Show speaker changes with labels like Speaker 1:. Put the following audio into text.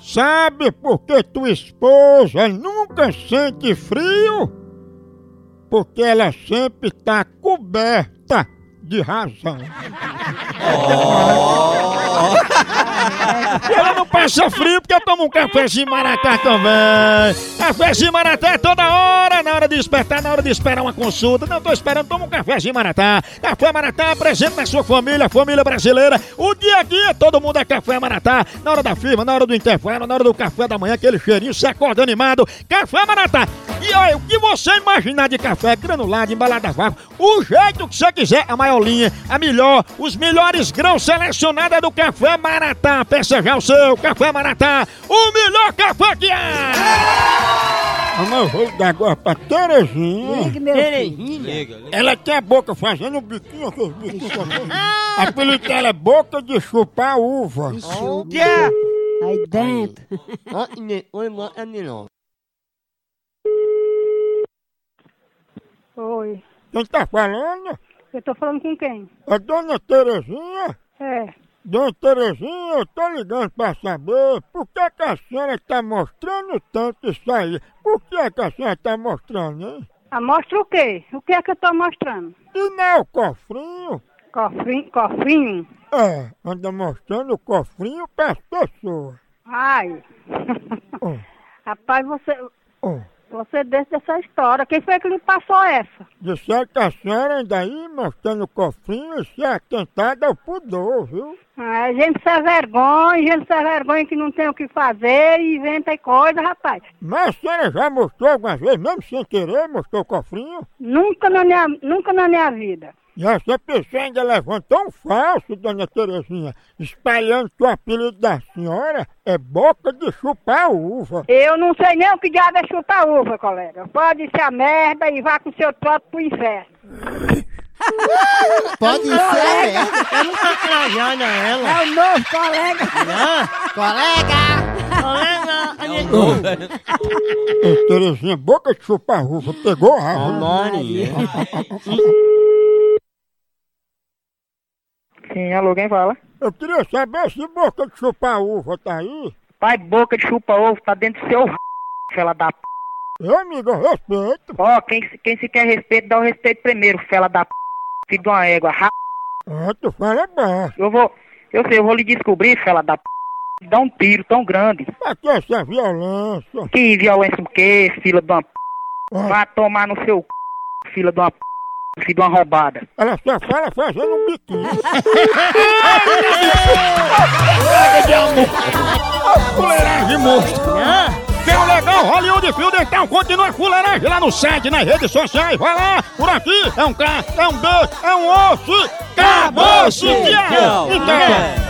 Speaker 1: sabe porque tua esposa nunca sente frio? Porque ela sempre tá coberta de razão. Ela não passa frio porque toma um cafezinho maracá também. Cafezinho maratá é toda hora, na hora de despertar, na hora de esperar uma consulta. Não tô esperando, toma um cafezinho maratá. Café maratá presente na sua família, família brasileira. O dia a dia, todo mundo é café maratá. Na hora da firma, na hora do intervalo, na hora do café da manhã, aquele cheirinho, se acorda animado. Café maratá. E olha, o que você imaginar de café, granulado, embalado a vácuo, o jeito que você quiser, a maiolinha, a melhor, os melhores grãos selecionados é do Café Maratá. Peça já o seu Café Maratá, o melhor café que há! Mamãe, Ah, eu vou dar agora pra Terezinha.
Speaker 2: meu
Speaker 1: Ela tem a boca fazendo um biquinho, aqueles biquinhos. Apelido dela é boca de chupar uva.
Speaker 2: Aí dentro.
Speaker 3: Oi.
Speaker 1: Quem tá falando?
Speaker 3: Eu tô falando com quem?
Speaker 1: É Dona Terezinha?
Speaker 3: É.
Speaker 1: Dona Terezinha, eu tô ligando pra saber por que, que a senhora tá mostrando tanto isso aí. Por que, que a senhora tá mostrando, hein?
Speaker 3: Ah, mostra o quê? O que é que eu tô mostrando?
Speaker 1: E não é o cofrinho?
Speaker 3: Cofrinho, cofrinho?
Speaker 1: É, anda mostrando o cofrinho pras pessoas.
Speaker 3: Ai.
Speaker 1: Oh,
Speaker 3: Rapaz, você,
Speaker 1: oh.
Speaker 3: você desce dessa história. Quem foi que lhe passou essa?
Speaker 1: Disseram que a senhora anda aí mostrando o cofrinho e se é atentada ao pudor, viu?
Speaker 3: Ah, gente sem vergonha, gente sem vergonha que não tem o que fazer e inventa coisa, rapaz.
Speaker 1: Mas a senhora já mostrou algumas vezes, mesmo sem querer, mostrou o cofrinho?
Speaker 3: Nunca na minha, nunca na minha vida.
Speaker 1: E essa pessoa ainda levantou um falso, dona Terezinha, espalhando que o apelido da senhora é boca de chupar uva.
Speaker 3: Eu não sei nem o que diabo é chutar uva, colega. Pode ser a merda e vá com seu trote pro inferno.
Speaker 4: Pode ser, é.
Speaker 5: Eu não tô trajando ela.
Speaker 2: É o novo colega.
Speaker 4: Colega!
Speaker 5: Colega, a gente...
Speaker 1: Ô, Terezinha, boca de chupar uva, pegou a
Speaker 5: Ô,
Speaker 1: água.
Speaker 5: Maria.
Speaker 6: Sim, alô, quem fala?
Speaker 1: Eu queria saber se boca de chupar uva tá aí.
Speaker 6: Pai, boca de chupa-ovo, tá dentro do seu r... fela da p...
Speaker 1: Ô, amigo, eu respeito.
Speaker 6: Ó, quem, se- quem se quer respeito, dá o respeito primeiro, fela da p... filho de uma égua, ra...
Speaker 1: Ah, tu fala baixo.
Speaker 6: Eu vou, eu sei, eu vou lhe descobrir, fela da p... Dá um tiro tão grande.
Speaker 1: Pra que essa violência?
Speaker 6: Que violência o quê, fila de uma p...
Speaker 1: Ó,
Speaker 6: Vá tomar no seu c... fila de uma p... filho de uma roubada.
Speaker 1: ela só fala fazendo um biquinho. Fuleiragem monstro. Tem o legal Hollywood Field, então continua a fuleiragem lá no site, nas redes sociais. Vai lá, por aqui. É um K, é um B, é um osso. Acabou-se,
Speaker 5: Acabou-se,
Speaker 1: Então.
Speaker 5: tchau.